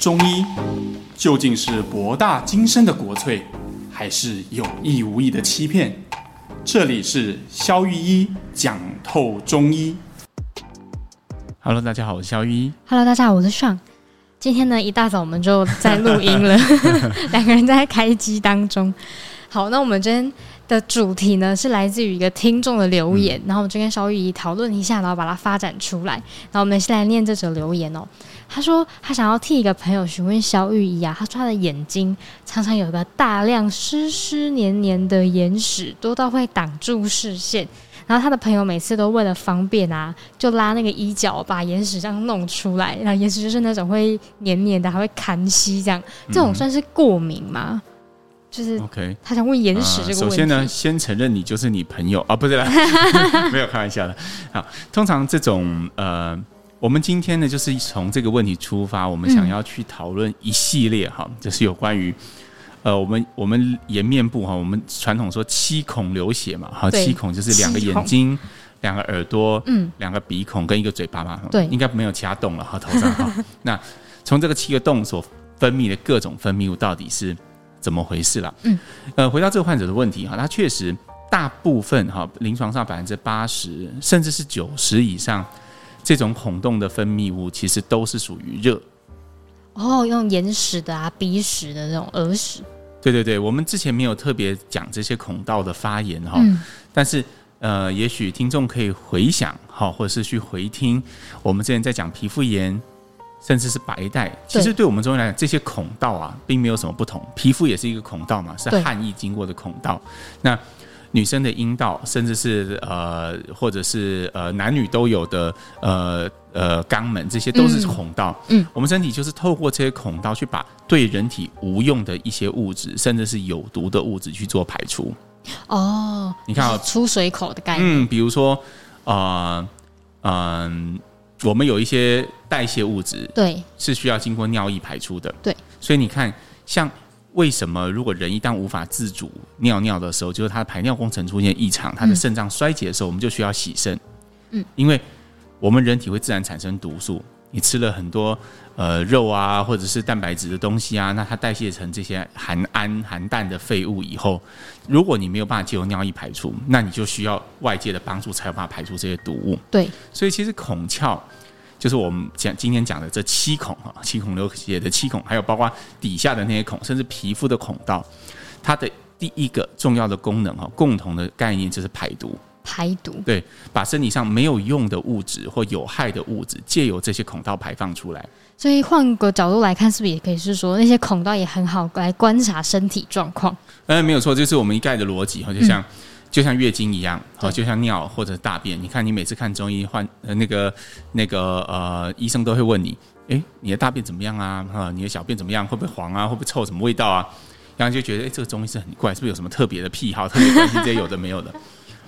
中医究竟是博大精深的国粹，还是有意无意的欺骗？这里是肖玉一讲透中医。Hello，大家好，我是肖玉一。 Hello，大家好，我是尚。今天呢，一大早我们就在录音了，两个人在开机当中。好，那我们今天的主题呢是来自于一个听众的留言，然后我们就跟小雨怡讨论一下，然后把它发展出来。然后我们先来念这则留言哦。他说他想要替一个朋友询问小雨怡啊，他说他的眼睛常常有一个大量湿湿黏黏的眼屎，多到会挡住视线。然后他的朋友每次都为了方便啊，就拉那个衣角把眼屎这样弄出来，然后眼屎就是那种会黏黏的，还会砍稀这样。这种算是过敏吗？就是嗯 OK。他想问眼屎呃这个问首题。先呢，先承认你就是你朋友啊，不是啦， 没有开玩笑的。好，通常这种呃，我们今天呢，就是从这个问题出发，我们嗯想要去讨论一系列哈，就是有关于呃，我们我们颜面部哈，我们传统说七孔流血嘛，哈，对七孔就是两个七孔眼睛。两个耳朵，嗯，两个鼻孔跟一个嘴巴吧，对应该没有其他洞了哈，头上 哈。那从这个七个洞所分泌的各种分泌物到底是怎么回事啦？嗯呃，回到这个患者的问题哈，他确实大部分哈，临床上百分之八十甚至是九十以上，这种孔洞的分泌物其实都是属于热。哦，用眼屎的啊、鼻屎的这种耳屎，对对对，我们之前没有特别讲这些孔道的发炎哈，嗯但是呃，也许听众可以回想哈，或者是去回听我们之前在讲皮肤炎。甚至是白带，其实对我们中医来讲，这些孔道啊，并没有什么不同。皮肤也是一个孔道嘛，是对汗液经过的孔道。那女生的阴道，甚至是呃，或者是呃，男女都有的呃呃肛门，这些都是嗯孔道。嗯我们身体就是透过这些孔道去把对人体无用的一些物质，甚至是有毒的物质去做排除。哦，你看啊就是出水口的概念，嗯，比如说，呃，嗯、我们有一些代谢物质对，是需要经过尿液排出的。对，所以你看，像为什么如果人一旦无法自主尿尿的时候，就是他的排尿工程出现异常，他的肾脏衰竭的时候，我们就需要洗肾。嗯，因为我们人体会自然产生毒素，你吃了很多呃肉啊，或者是蛋白质的东西啊，那它代谢成这些含氨含氮的废物以后，如果你没有办法借由尿液排出，那你就需要外界的帮助才有办法排出这些毒物。对，所以其实孔窍就是我们讲今天讲的这七孔啊，七孔流血的七孔，还有包括底下的那些孔，甚至皮肤的孔道，它的第一个重要的功能哈，共同的概念就是排毒，排毒，对，把身体上没有用的物质或有害的物质，借由这些孔道排放出来。所以换个角度来看，是不是也可以是说那些孔道也很好来观察身体状况？嗯，没有错，这是我们一概的逻辑哈，就像、就像月经一样，好，就像尿或者大便。你看，你每次看中医患呃那个那个呃医生都会问你，诶，你的大便怎么样啊？哈，你的小便怎么样？会不会黄啊？会不会臭？什么味道啊？然后就觉得，诶，这个中医是很怪，是不是有什么特别的癖好、特别关心这些有的没有的？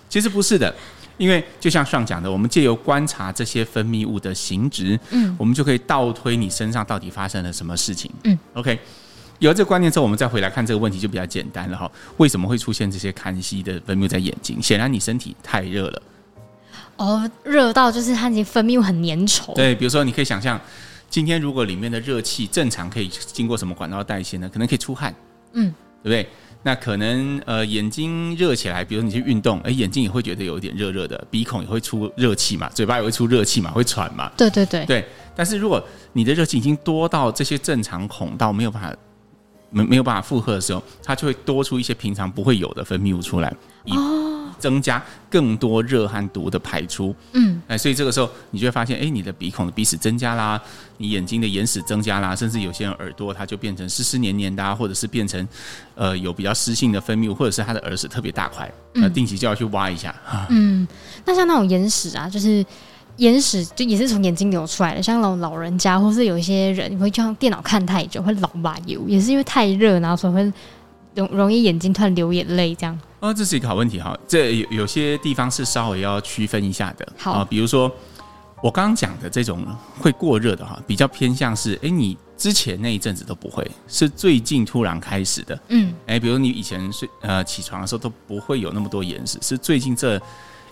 其实不是的，因为就像上讲的，我们借由观察这些分泌物的形值，嗯，我们就可以倒推你身上到底发生了什么事情。嗯，OK，有了这个观念之后，我们再回来看这个问题就比较简单了哈。为什么会出现这些看息的分泌在眼睛？显然你身体太热了。哦，热到就是它已经分泌物很粘稠，对，比如说你可以想象，今天如果里面的热气正常可以经过什么管道代谢呢？可能可以出汗，嗯，对不对？那可能呃眼睛热起来，比如你去运动，哎，眼睛也会觉得有一点热热的，鼻孔也会出热气嘛，嘴巴也会出热气嘛，会喘嘛。对对对，对，但是如果你的热气已经多到这些正常孔道没有办法没没有办法负荷的时候，它就会多出一些平常不会有的分泌物出来，以哦增加更多热和毒的排出。嗯，哎，所以这个时候你就会发现，哎，你的鼻孔的鼻屎增加啦，你眼睛的眼屎增加啦，甚至有些人耳朵它就变成湿湿黏黏的、啊，或者是变成呃有比较湿性的分泌物，或者是它的耳屎特别大块，嗯那、定期就要去挖一下。那像那种眼屎啊，就是眼屎就也是从眼睛流出来的，像那种老人家或是有一些人，你会就像电脑看太久会老吧油，也是因为太热，然后所以会容容易眼睛突然流眼泪这样。哦，这是一个好问题哈。这有有些地方是稍微要区分一下的。好啊比如说我刚刚讲的这种会过热的哈，比较偏向是，哎，你之前那一阵子都不会，是最近突然开始的。嗯，哎，比如你以前睡呃起床的时候都不会有那么多眼屎，是最近这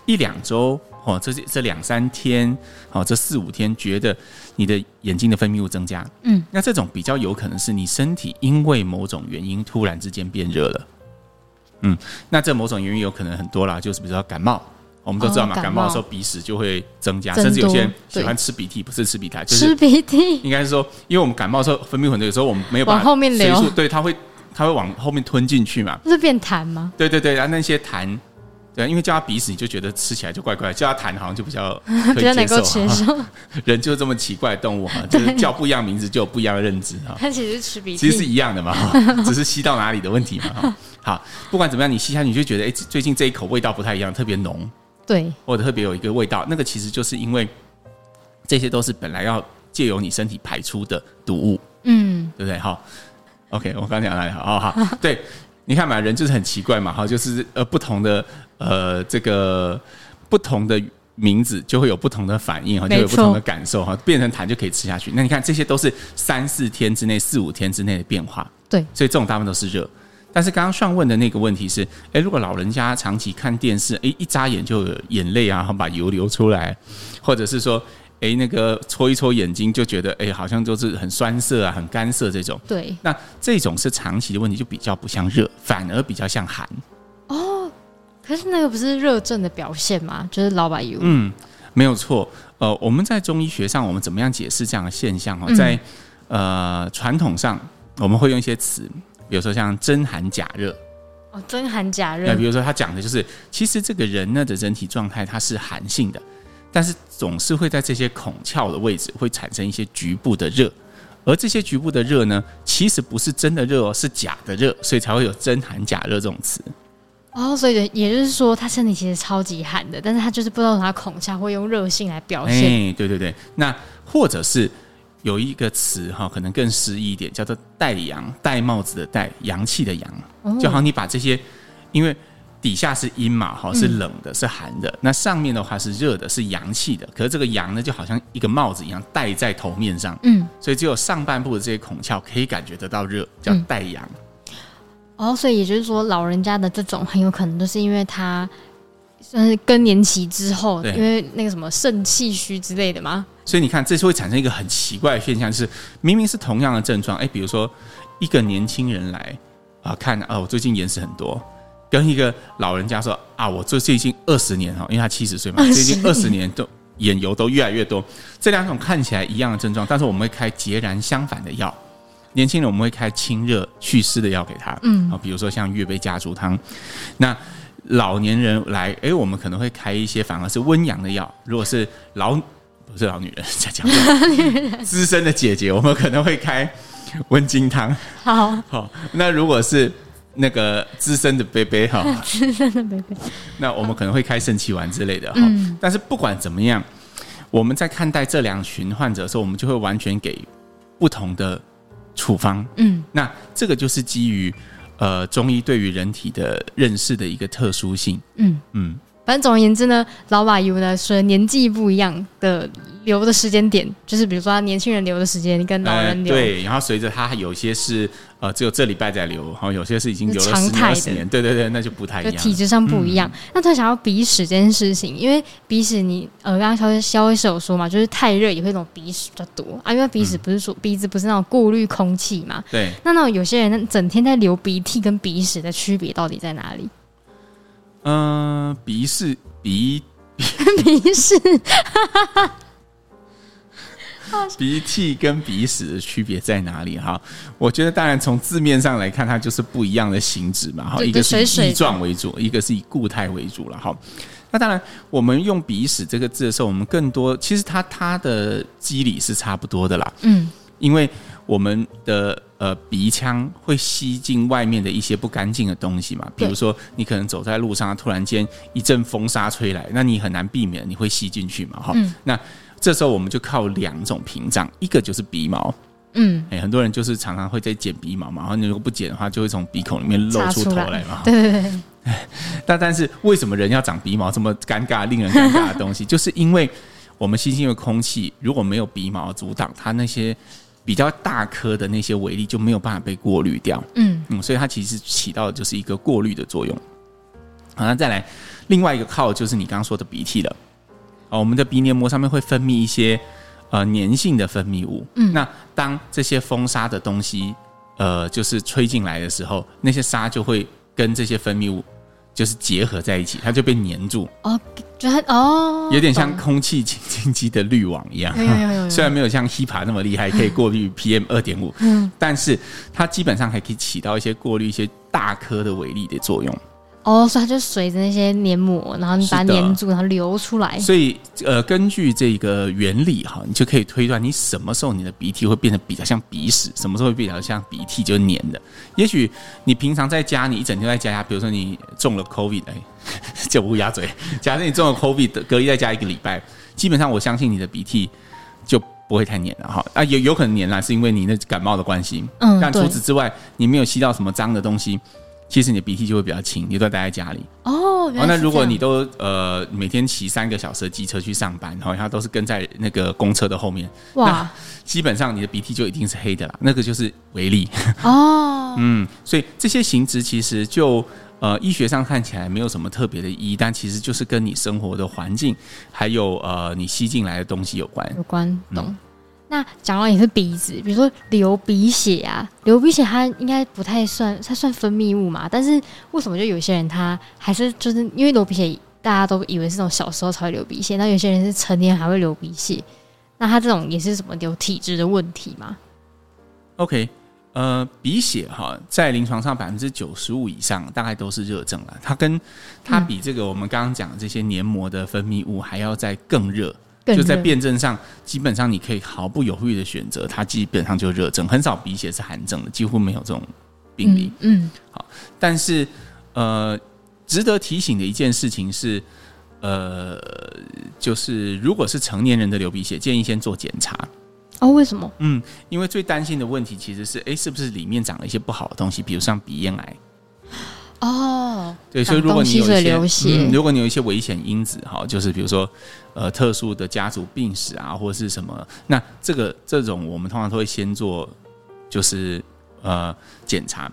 一两周哦，这这两三天哦，这四五天，觉得你的眼睛的分泌物增加，嗯，那这种比较有可能是你身体因为某种原因突然之间变热了，嗯，那这某种原因有可能很多啦，就是比如说感冒。我们都知道嘛，哦感感冒冒的时候鼻屎就会增加，增甚至有些人多喜对欢吃鼻涕，不是吃鼻涕，就是吃鼻涕，应该是说，因为我们感冒的时候分泌很多，有时候我们没有把往后面水流素对，它会它会往后面吞进去嘛。不是变痰吗？对对对，然后那些痰，对，因为叫它鼻屎，你就觉得吃起来就怪怪，叫它痰好像就比 较可比以较能够接接受。啊受，人就是这么奇怪的动物哈，就是叫不一样名字就有不一样的认知 哈。但其实是吃鼻其实是涕。一样的嘛，哈只是吸到哪里的问题嘛。哈好，不管怎么样，你吸下去你就觉得，哎、最近这一口味道不太一样，特别浓，对，或者特别有一个味道，那个其实就是因为这些都是本来要借由你身体排出的毒物。嗯，对不对？好，OK，我刚讲哪里好？哦， 好，对，你看嘛，人就是很奇怪嘛，哈，就是呃不同的呃这个不同的名字就会有不同的反应哈，就没会有不同的错感受哈，变成痰就可以吃下去。那你看这些都是三四天之内、四五天之内的变化，对，所以这种大部分都是热。但是刚刚上问的那个问题是，诶，如果老人家长期看电视，诶，一眨眼就有眼泪啊，然后把油流出来，或者是说，诶，那个搓一搓眼睛就觉得，诶，好像就是很酸涩啊，很干涩这种。对，那这种是长期的问题，就比较不像热，反而比较像寒。可是那个不是热症的表现吗？就是老把油，嗯，没有错。呃，我们在中医学上，我们怎么样解释这样的现象？哈，嗯在、呃传统上，我们会用一些词，比如说像真寒假热。哦，真寒假那热比，如说他讲的就是，其实这个人呢的人体状态它是寒性的，但是总是会在这些孔窍的位置会产生一些局部的热，而这些局部的热呢，其实不是真的热哦，是假的热，所以才会有真寒假热这种词。哦，所以也就是说，他身体其实超级寒的，但是他就是不知道从他孔下会用热性来表现。哎，对对对，那或者是有一个词哈、可能更诗意一点，叫做“戴阳”，戴帽子的戴，阳气的阳，哦就好像你把这些，因为底下是阴嘛，哈，嗯是冷的，是寒的，那上面的话是热的，是阳气的，可是这个阳呢，就好像一个帽子一样戴在头面上，嗯，所以只有上半部的这些孔窍可以感觉得到热，叫嗯戴阳。哦，所以也就是说，老人家的这种很有可能就是因为他。算是更年期之后，对因为那个什么肾气虚之类的嘛，所以你看，这是会产生一个很奇怪的现象，就是明明是同样的症状，哎，比如说一个年轻人来啊、看啊、我最近眼屎很多，跟一个老人家说啊，我最最近二十年哈，因为他七十岁嘛， 20最近二十年都眼油都越来越多，这两种看起来一样的症状，但是我们会开截然相反的药。年轻人我们会开清热祛湿的药给他，嗯，啊，比如说像月贝家族汤。那老年人来，诶，我们可能会开一些反而是温阳的药。如果是老不是老女人，在讲错资深的姐姐，我们可能会开温经汤。好，好、那如果是那个资深的贝贝哈， 真的嗯没被那我们可能会开肾气丸之类的哈、但是不管怎么样，我们在看待这两群患者的时候，我们就会完全给不同的处方。嗯，那这个就是基于呃中医对于人体的认识的一个特殊性。嗯嗯，反正总而言之呢，老把油呢，随着年纪不一样的留的时间点，就是比如说他年轻人留的时间跟老人留，呃对，然后随着他有些是呃只有这礼拜在流，然后有些是已经流了常十年态二的十年，对对对，嗯那就不太一就样体了。质上不一样。那突然想到鼻屎这件事情，因为鼻屎你呃，刚刚肖肖医师有说嘛，就是太热也会那种鼻屎比较多啊，因为鼻屎不是说、鼻子不是那种过滤空气嘛。对，那那种有些人整天在流鼻涕跟鼻屎的区别到底在哪里？ 嗯、鼻是鼻鼻屎鼻涕跟鼻屎的区别在哪里？哈，我觉得当然从字面上来看，它就是不一样的形质嘛。哈，对一个是就水水以的液状为主，一个是以固态为主了。哈，那当然，我们用鼻屎这个字的时候，我们更多其实它它的机理是差不多的啦。嗯，因为我们的呃鼻腔会吸进外面的一些不干净的东西嘛，比对如说你可能走在路上，突然间一阵风沙吹来，那你很难避免，你会吸进去嘛，哈、嗯那这时候我们就靠两种屏障，一个就是鼻毛，嗯，哎、很多人就是常常会在剪鼻毛嘛，然后你如果不剪的话，就会从鼻孔里面露查出出头来来嘛，对对对， 但但是为什么人要长鼻毛这么尴尬、令人尴尬的东西？就是因为我们吸进的空气如果没有鼻毛阻挡，它那些比较大颗的那些微粒就没有办法被过滤掉。嗯嗯，所以它其实起到的就是一个过滤的作用。好，那再来另外一个靠就是你刚刚说的鼻涕了。哦，我们的鼻黏膜上面会分泌一些呃粘性的分泌物。嗯，那当这些风沙的东西呃就是吹进来的时候，那些沙就会跟这些分泌物就是结合在一起，它就被粘住，哦，就很哦，有点像懂哎空气清净机的滤网一样。有有有有 有虽然没有像 HEPA 那么厉害，可以过 滤 PM 二点五，嗯，但是它基本上还可以起到一些过滤一些大颗的微粒的作用。哦，所以它就随着那些黏膜，然后你把是的它黏住，然后流出来。所以，呃，根据这个原理哈，你就可以推断你什么时候你的鼻涕会变得比较像鼻屎，什么时候会比较像鼻涕，就是黏的。也许你平常在家，你一整天在家，比如说你中了 COVID，哎， 这乌鸦嘴。假设你中了 COVID，隔离在家一个礼拜，基本上我相信你的鼻涕就不会太黏了哈。啊，有有可能黏啦，是因为你那感冒的关系。嗯但对除此之外，你没有吸到什么脏的东西，其实你的鼻涕就会比较轻，你都待在家里。哦，原哦，来那是如这果样你都呃每天骑三个小时的机车去上班，好、哦，它都是跟在那个公车的后面，哇基本上你的鼻涕就一定是黑的啦，那个就是微粒。 哦，嗯，所以这些形质其实就呃医学上看起来没有什么特别的意义，但其实就是跟你生活的环境还有呃你吸进来的东西有关。有关懂。嗯那讲到也是鼻子，比如说流鼻血啊，流鼻血它应该不太算，它算分泌物嘛。但是为什么就有些人他还是就是因为流鼻血，大家都以为是那种小时候才会流鼻血，那有些人是成年还会流鼻血。那他这种也是什么有体质的问题嘛？ OK，呃，鼻血哈，在临床上百分之九十五以上大概都是热症了，它跟它比这个我们刚刚讲的这些黏膜的分泌物还要再更热。更就在热辩证上，基本上你可以毫不犹豫的选择，它基本上就热症，很少鼻血是寒症的，几乎没有这种病例。嗯，嗯但是，呃，值得提醒的一件事情是，呃，就是如果是成年人的流鼻血，建议先做检查，哦，为什么？嗯，因为最担心的问题其实是，诶，是不是里面长了一些不好的东西，比如像鼻咽癌。哦，对，长所以如果你有东西所一以些，流血嗯，如果你有一些危险因子，哈，就是比如说，呃，特殊的家族病史啊，或者是什么，那这个这种我们通常都会先做，就是呃检查。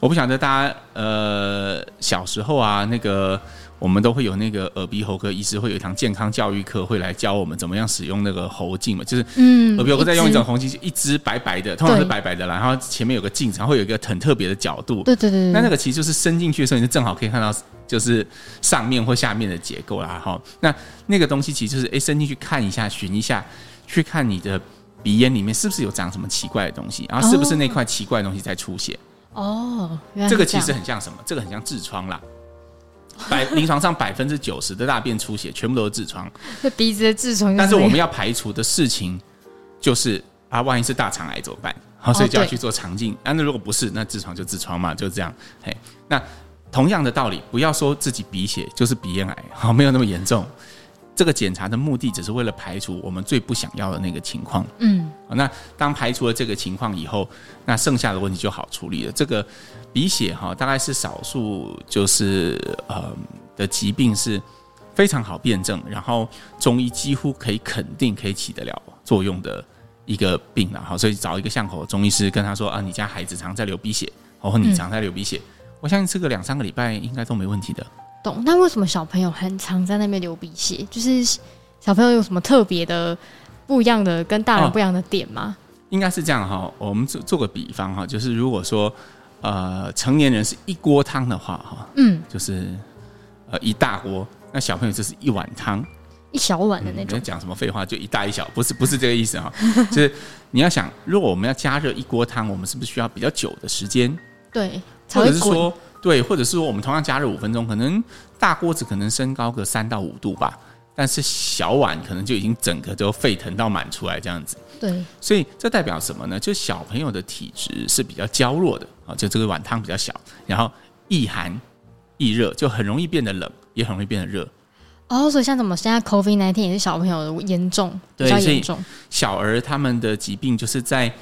我不晓得大家呃小时候啊，那个我们都会有那个呃耳鼻喉科医师会有一堂健康教育课，会来教我们怎么样使用那个喉镜嘛，就是嗯，耳鼻喉科在用一只种，红镜，一支白白的，通常是对白白的啦，然后前面有个镜子，然后会有一个很特别的角度。对对对对，那那个其实就是伸进去的时候，你就正好可以看到就是上面或下面的结构啦。哈，那那个东西其实就是诶，哎伸进去看一下，寻一下，去看你的鼻咽里面是不是有长什么奇怪的东西，啊然后是不是那块奇怪的东西在出血。哦，原来是这个其样实很像什么？这个很像痔疮啦。百临床上百分之九十的大便出血全部都是痔疮，这鼻子的痔疮就是那个，但是我们要排除的事情就是啊，万一是大肠癌怎么办？好，所以就要哦对去做肠镜。啊，那如果不是，那痔疮就痔疮嘛，就这样。嘿，那同样的道理，不要说自己鼻血就是鼻咽癌， 好，没有那么严重。这个检查的目的只是为了排除我们最不想要的那个情况。嗯好，那当排除了这个情况以后，那剩下的问题就好处理了。这个鼻血哈，大概是少数就是呃的疾病是非常好辩证，然后中医几乎可以肯定可以起得了作用的一个病了哈。所以找一个巷口的中医师跟他说啊，你家孩子常在流鼻血，然后你常在流鼻血，嗯我相信吃个两三个礼拜应该都没问题的。懂。那为什么小朋友很常在那边流鼻血？就是小朋友有什么特别的不一样的，跟大哦人不一样的点吗？应该是这样哈，我们做做个比方哈，就是如果说呃成年人是一锅汤的话哈，嗯，就是呃一大锅，那小朋友就是一碗汤。一小碗的那你种在。讲什么废话？就一大一小，不是不是这个意思哈、就是你要想，如果我们要加热一锅汤，我们是不是需要比较久的时间，对，才或者会是滚。说对，或者是说我们同样加热五分钟，可能大锅子可能升高个三到五度吧，但是小碗可能就已经整个都沸腾到满出来这样子。对，所以这代表什么呢？就小朋友的体质是比较娇弱的啊，就这个碗汤比较小，然后易寒易热，就很容易变得冷，也很容易变得热。哦，所以像什么现在 COVID 1 9也是小朋友的严重，比对较所以严重。小儿他们的疾病就是在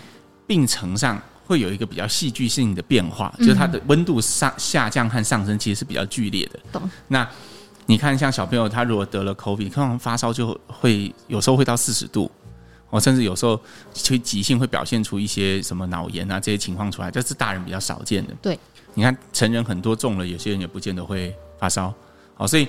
病程上会有一个比较戏剧性的变化，就是它的温度上下降和上升其实是比较剧烈的。懂？那你看，像小朋友他如果得了 COVID，可能发烧就会有时候会到四十度。哦，甚至有时候其急性会表现出一些什么脑炎啊这些情况出来，这是大人比较少见的。对，你看成人很多中了，有些人也不见得会发烧。好，所以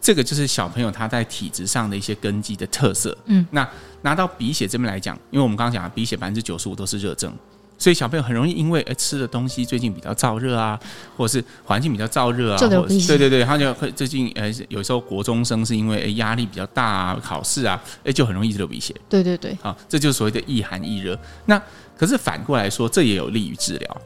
这个就是小朋友他在体质上的一些根基的特色。嗯，那拿到鼻血这边来讲，因为我们刚刚讲了鼻血百分之九十五都是热症，所以小朋友很容易因为哎吃的东西最近比较燥热啊，或者是环境比较燥热啊，就流或者鼻是对血对对，他就会最近呃有时候国中生是因为哎压力比较大啊，考试啊，哎就很容易流鼻血。对对对，啊，这就是所谓的易寒易热。那可是反过来说，这也有利于治疗，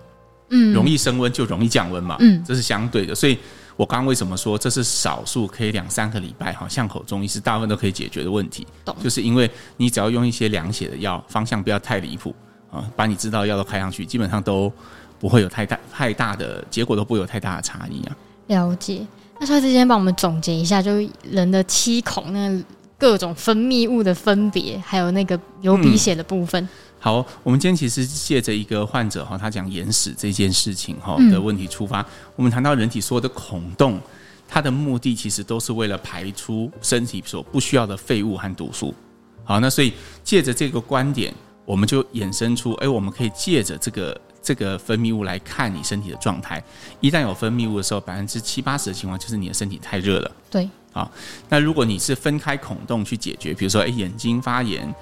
嗯，容易升温就容易降温嘛，嗯这是相对的。所以我刚刚为什么说这是少数可以两三个礼拜哈，巷口中医是大部分都可以解决的问题懂，就是因为你只要用一些凉血的药，方向不要太离谱啊，把你知道的药都开上去，基本上都不会有太大太大的结果，都不会有太大的差异啊。了解。那帅之前帮我们总结一下，就是人的七孔那个各种分泌物的分别，还有那个流嗯鼻血的部分。好，我们今天其实借着一个患者哈，他讲眼屎这件事情哈嗯的问题出发，我们谈到人体所有的孔洞，它的目的其实都是为了排出身体所不需要的废物和毒素。好，那所以借着这个观点，我们就衍生出，哎，我们可以借着这个这个分泌物来看你身体的状态。一旦有分泌物的时候，百分之七八十的情况就是你的身体太热了。对，那如果你是分开孔洞去解决，比如说，哎，眼睛发炎，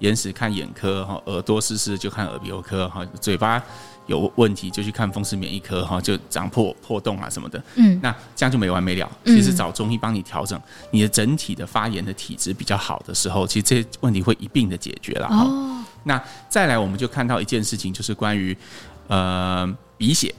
眼屎看眼科哈，耳朵湿湿就看耳鼻喉科哈，嘴巴有问题就去看风湿免疫科哈，就长破破洞啊什么的，嗯，那这样就没完没了。嗯其实找中医帮你调整你的整体的发炎的体质比较好的时候，其实这些问题会一并的解决了。哈哦，那再来，我们就看到一件事情，就是关于呃鼻血。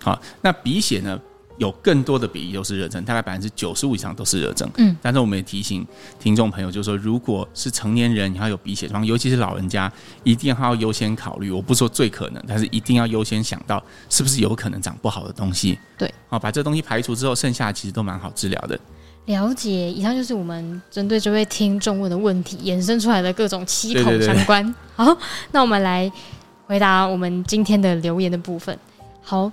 好，那鼻血呢，有更多的比例都是热症，大概百分之九十五以上都是热症。嗯，但是我们也提醒听众朋友，就是说，如果是成年人，你要有鼻血状，尤其是老人家，一定要优先考虑。我不说最可能，但是一定要优先想到是不是有可能长不好的东西。对，好，把这东西排除之后，剩下的其实都蛮好治疗的。了解。以上就是我们针对这位听众问的问题衍生出来的各种七对孔对对相关。好，那我们来回答我们今天的留言的部分。好，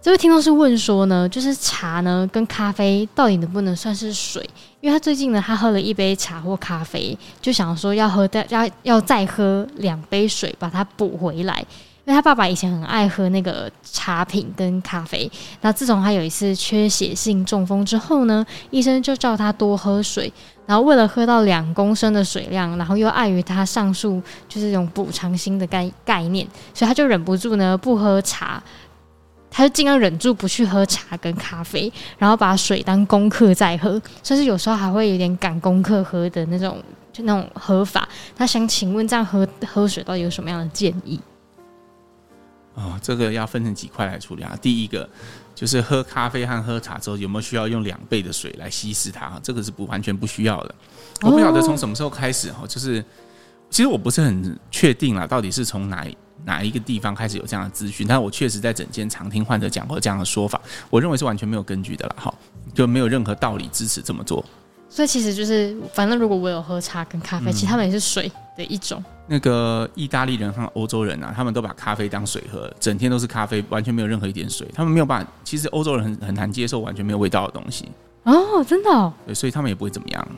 这位听众是问说呢，就是茶呢跟咖啡到底能不能算是水？因为他最近呢，他喝了一杯茶或咖啡，就想说要喝再要要再喝两杯水把它补回来。因为他爸爸以前很爱喝那个茶品跟咖啡，那自从他有一次缺血性中风之后呢，医生就叫他多喝水。然后为了喝到两公升的水量，然后又碍于他上述就是这种补偿心的概概念，所以他就忍不住呢不喝茶，他就尽量忍住不去喝茶跟咖啡，然后把水当功课在喝，甚至有时候还会有点赶功课喝的那种，就那种喝法。他想请问，这样喝喝水到底有什么样的建议？哦，这个要分成几块来处理啊。第一个就是喝咖啡和喝茶之后，有没有需要用两倍的水来稀释它？哦这个是不完全不需要的。我不晓得从什么时候开始哈，就是其实我不是很确定啦，到底是从哪一哪一个地方开始有这样的资讯，但我确实在诊间常听患者讲过这样的说法，我认为是完全没有根据的啦，哈，就没有任何道理支持这么做。所以其实就是，反正如果我有喝茶嗯跟咖啡，其实他们也是水的一种。那个意大利人和欧洲人啊，他们都把咖啡当水喝，整天都是咖啡，完全没有任何一点水。他们没有办法，其实欧洲人很很难接受完全没有味道的东西，哦，真的哦，对，所以他们也不会怎么 样。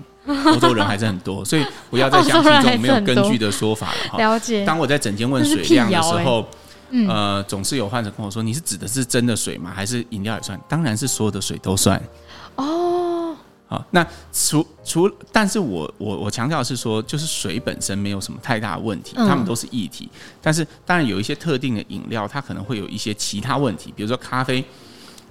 欧洲人还是很多，所以不要再相欧洲信这人还种是没有很多根据的说法了哈。 了解。当我在整间问水量的时这是辟候，嗯，呃，总是有患者跟我说：“你是指的是真的水吗？还是饮料也算？”当然是所有的水都算。哦，好，那除除，但是我我我强调的是说，就是水本身没有什么太大的问题，嗯它们都是液体。但是当然有一些特定的饮料，它可能会有一些其他问题，比如说咖啡，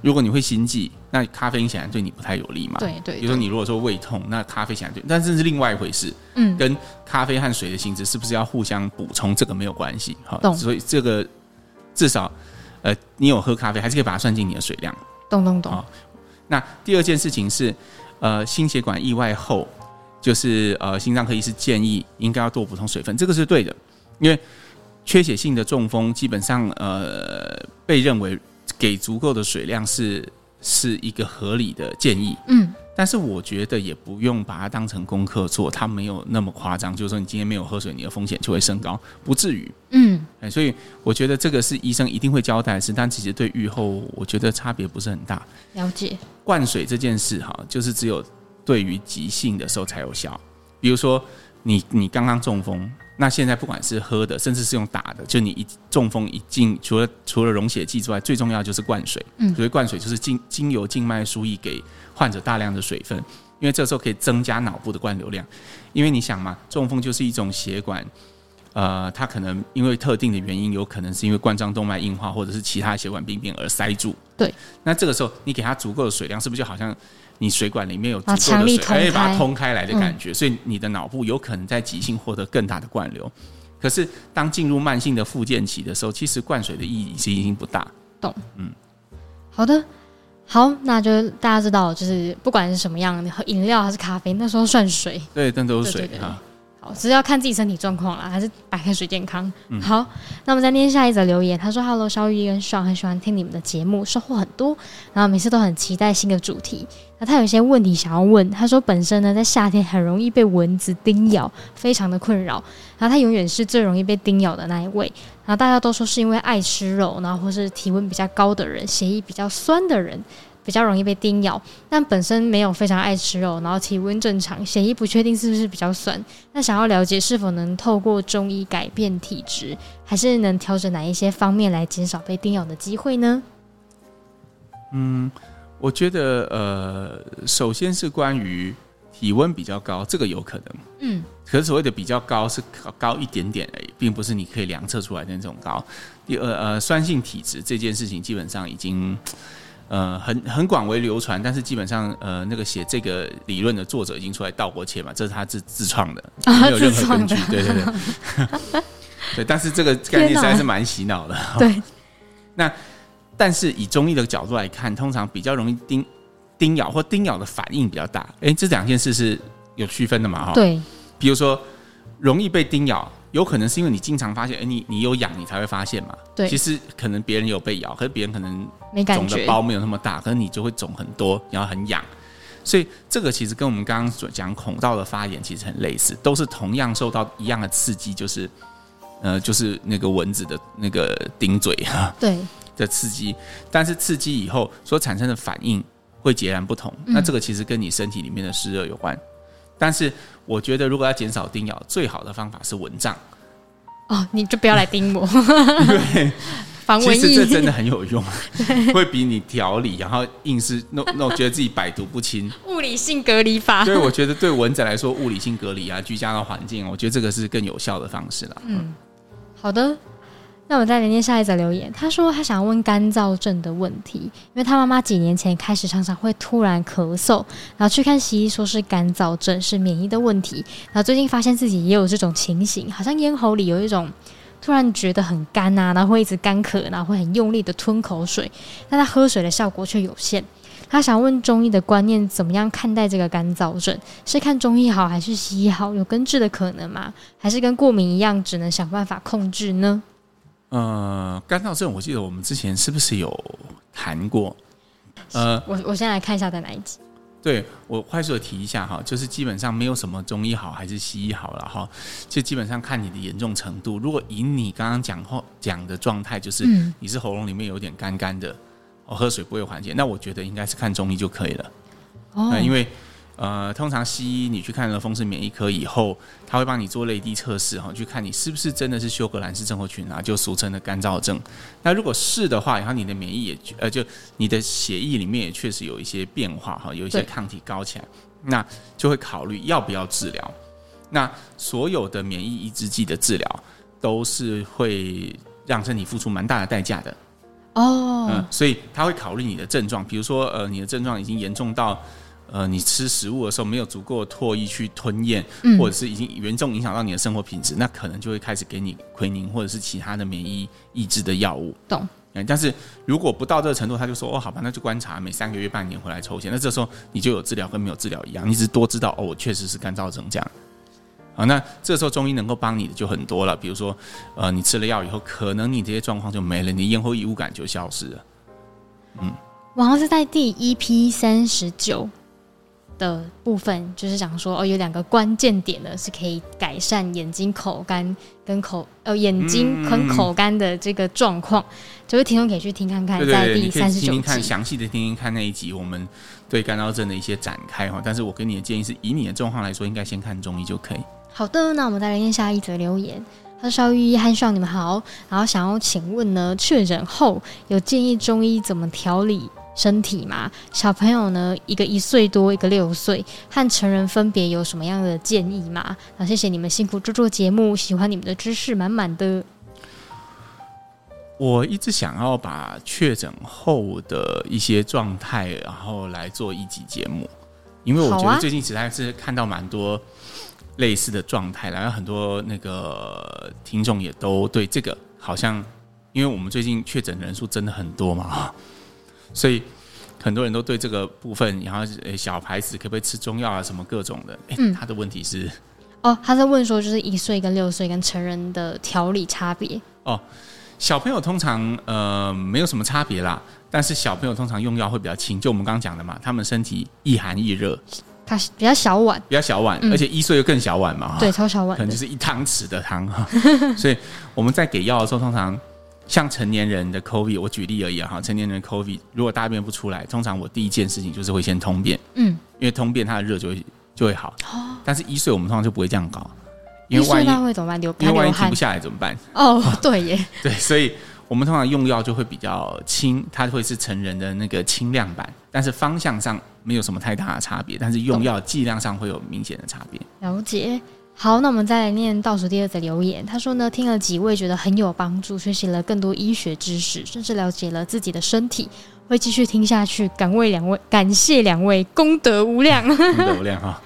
如果你会心悸，那咖啡因显然对你不太有利嘛。。对对，比如说对你如果说胃痛，那咖啡显然对，但这是另外一回事。嗯，跟咖啡和水的性质是不是要互相补充，这个没有关系。好懂，所以这个至少，呃，你有喝咖啡，还是可以把它算进你的水量。懂懂懂好，那第二件事情是，呃，心血管意外后，就是呃，心脏科医师建议应该要多补充水分，这个是对的，因为缺血性的中风基本上呃被认为给足够的水量是是一个合理的建议。嗯，但是我觉得也不用把它当成功课做，它没有那么夸张，就是说你今天没有喝水，你的风险就会升高，不至于。嗯，哎，所以我觉得这个是医生一定会交代的事，但其实对愈后，我觉得差别不是很大。了解。灌水这件事哈，就是只有对于急性的时候才有效。比如说你你刚刚中风，那现在不管是喝的，甚至是用打的，就你一中风一进，除了除了溶血剂之外，最重要就是灌水。嗯所谓灌水就是经经由静脉输液给患者大量的水分，因为这时候可以增加脑部的灌流量。因为你想嘛，中风就是一种血管，呃，它可能因为特定的原因，有可能是因为冠状动脉硬化或者是其他血管病变而塞住。对，那这个时候你给它足够的水量，是不是就好像你水管里面有足把够强的力水，通哎，把它开嗯通开来的感觉？所以你的脑部有可能在急性获得更大的灌流。可是当进入慢性的复健期的时候，其实灌水的意义其实已经不大。好的，好，那就大家知道，就是不管是什么样，饮料还是咖啡，那时候算水。对，但都是对水对对啊。好，只是要看自己身体状况啦，还是白开水健康。好，那我们再念下一则留言，他说：“Hello，肖玉跟爽很喜欢听你们的节目，收获很多，然后每次都很期待新的主题。那他有一些问题想要问，他说本身呢在夏天很容易被蚊子叮咬，非常的困扰。然后他永远是最容易被叮咬的那一位。然后大家都说是因为爱吃肉，然后或是体温比较高的人，血液比较酸的人。”比较容易被叮咬，但本身没有非常爱吃肉，然后体温正常，血液不确定是不是比较酸，那想要了解是否能透过中医改变体质，还是能调整哪一些方面来减少被叮咬的机会呢？我觉得呃，首先是关于体温比较高，这个有可能。嗯，可是所谓的比较高是高高一点点而已，并不是你可以量测出来的那种高。第二，呃，酸性体质这件事情基本上已经呃很很广为流传，但是基本上呃那个写这个理论的作者已经出来道过歉嘛，这是他自自创的，啊没有任何根据自。创对对对，对，但是这个概念实在是蛮洗脑的。 对，但是以中医的角度来看，通常比较容易叮叮咬或叮咬的反应比较大。诶，这两件事是有区分的嘛？哈，对，比如说容易被叮咬，有可能是因为你经常发现，哎、你你有痒，你才会发现嘛。对其实可能别人有被咬，可是别人可能没感肿的觉。包没有那么大，可是你就会肿很多，然后很痒。所以这个其实跟我们刚刚所讲孔道的发炎其实很类似，都是同样受到一样的刺激，就是呃，就是那个蚊子的那个叮嘴哈对，的刺激，但是刺激以后所产生的反应会截然不同。嗯那这个其实跟你身体里面的湿热有关。但是我觉得，如果要减少叮咬，最好的方法是蚊帐，哦，你就不要来叮 我，因 为 防其蚊实疫这真的很有用，啊 会比你调理然后硬是弄弄觉得自己百毒不侵。 物理性隔离法。 所以我觉得对蚊子来说，物理性隔离啊，居家的环境，我觉得这个是更有效的方式了。嗯，好的，那我们再连接下一则留言。他说他想问干燥症的问题，因为他妈妈几年前开始常常会突然咳嗽，然后去看西医说是干燥症，是免疫的问题。然后最近发现自己也有这种情形，好像咽喉里有一种。突然觉得很干呐、然后会一直干咳，然后会很用力的吞口水，但他喝水的效果却有限。他想问中医的观念怎么样看待这个干燥症，是看中医好还是西医好？有根治的可能吗？还是跟过敏一样，只能想办法控制呢？呃，干燥症，我记得我们之前是不是有谈过？呃，我我先来看一下在哪一集。对我快速的提一下哈，就是基本上没有什么中医好还是西医好了哈，就基本上看你的严重程度。如果以你刚刚讲后讲的状态，就是嗯你是喉咙里面有点干干的，哦，喝水不会缓解，那我觉得应该是看中医就可以了。哦呃，因为呃，通常西医你去看了风湿免疫科以后，他会帮你做类地测试哈，去看你是不是真的是休格兰氏症候群啊，就俗称的干燥症。那如果是的话，然后你的免疫也呃，就你的血液里面也确实有一些变化哈，有一些对抗体高起来，那就会考虑要不要治疗。那所有的免疫抑制剂的治疗都是会让身体付出蛮大的代价的。哦、嗯，所以他会考虑你的症状，比如说呃，你的症状已经严重到呃，你吃食物的时候没有足够的唾液去吞咽，嗯或者是已经严重影响到你的生活品质，那可能就会开始给你奎宁或者是其他的免疫抑制的药物。懂嗯。但是如果不到这个程度，他就说哦，好吧，那就观察，每三个月、半年回来抽血。那这时候你就有治疗跟没有治疗一样，你只是多知道哦，我确实是干燥症这样。好，那这时候中医能够帮你的就很多了，比如说，呃，你吃了药以后，可能你这些状况就没了，你咽喉异物感就消失了。我好像是在第一批三十九的部分，就是讲说哦，有两个关键点呢，是可以改善眼睛口干跟口呃眼睛嗯跟口干的这个状况，就是听众可以去听看看，对在对对，第你可三以十听九听看，集。详细的听听看那一集我们对干燥症的一些展开哈。但是我给你的建议是，以你的状况来说，应该先看中医就可以。好的，那我们再来念下一则留言。他说：“邵玉医和少你们好，然后想要请问呢，确诊后有建议中医怎么调理身体吗？小朋友呢，一个一岁多，一个六岁，和成人分别有什么样的建议吗？那谢谢你们辛苦制作节目，喜欢你们的知识满满的。我一直想要把确诊后的一些状态，然后来做一集节目，因为我觉好得啊最近实在是看到蛮多类似的状态啦，然后很多那个听众也都对这个好像，因为我们最近确诊人数真的很多嘛， 所以很多人都对这个部分，然后呃小孩子可不可以吃中药啊，什么各种的，诶嗯他的问题是。哦，他在问说，就是一岁跟六岁跟成人的调理差别。小朋友通常呃没有什么差别啦，但是小朋友通常用药会比较轻，就我们刚刚讲的嘛，他们身体易寒易热，他比较小碗，比较小碗，嗯而且一岁又更小碗嘛，哈对，，超小碗啊可能的就，是一汤匙的汤哈， 所以我们在给药的时候，通常像成年人的 COVID，我举例而已啊哈，成年人的 COVID 如果大便不出来，通常我第一件事情就是会先通便，嗯，因为通便它的热就会就会好，但是一岁我们通常就不会这样搞，因一为万岁一他会怎么办？流因他为万流一停汗不下来怎么办？哦，对耶，对，所以我们通常用药就会比较轻，它会是成人的那个轻量版，但是方向上没有什么太大的差别，但是用药剂量上会有明显的差 别。了解。好，那我们再来念倒数第二则留言。他说呢，听了几位觉得很有帮助，学习了更多医学知识，甚至了解了自己的身体，会继续听下去。感为两位，感谢两位，功德无量。流量哈，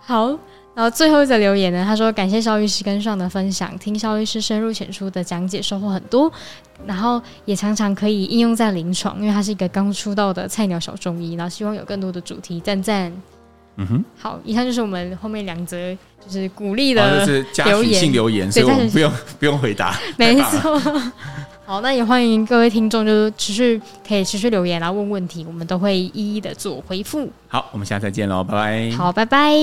好，然后最后一则留言呢，他说感谢肖律师跟上的分享，听肖律师深入浅出的讲解，收获很多，然后也常常可以应用在临床，因为他是一个刚出道的菜鸟小中医，然后希望有更多的主题，赞赞。嗯哼，好，以上就是我们后面两则就是鼓励 然后 的这是加留许言性留言，所对以我们嘉许不用不用回答。没太棒了，错。好，那也欢迎各位听众，就是持续可以持续留言啊啦，问问题，我们都会一一的做回复。好，我们下次再见喽，拜拜。好，拜拜。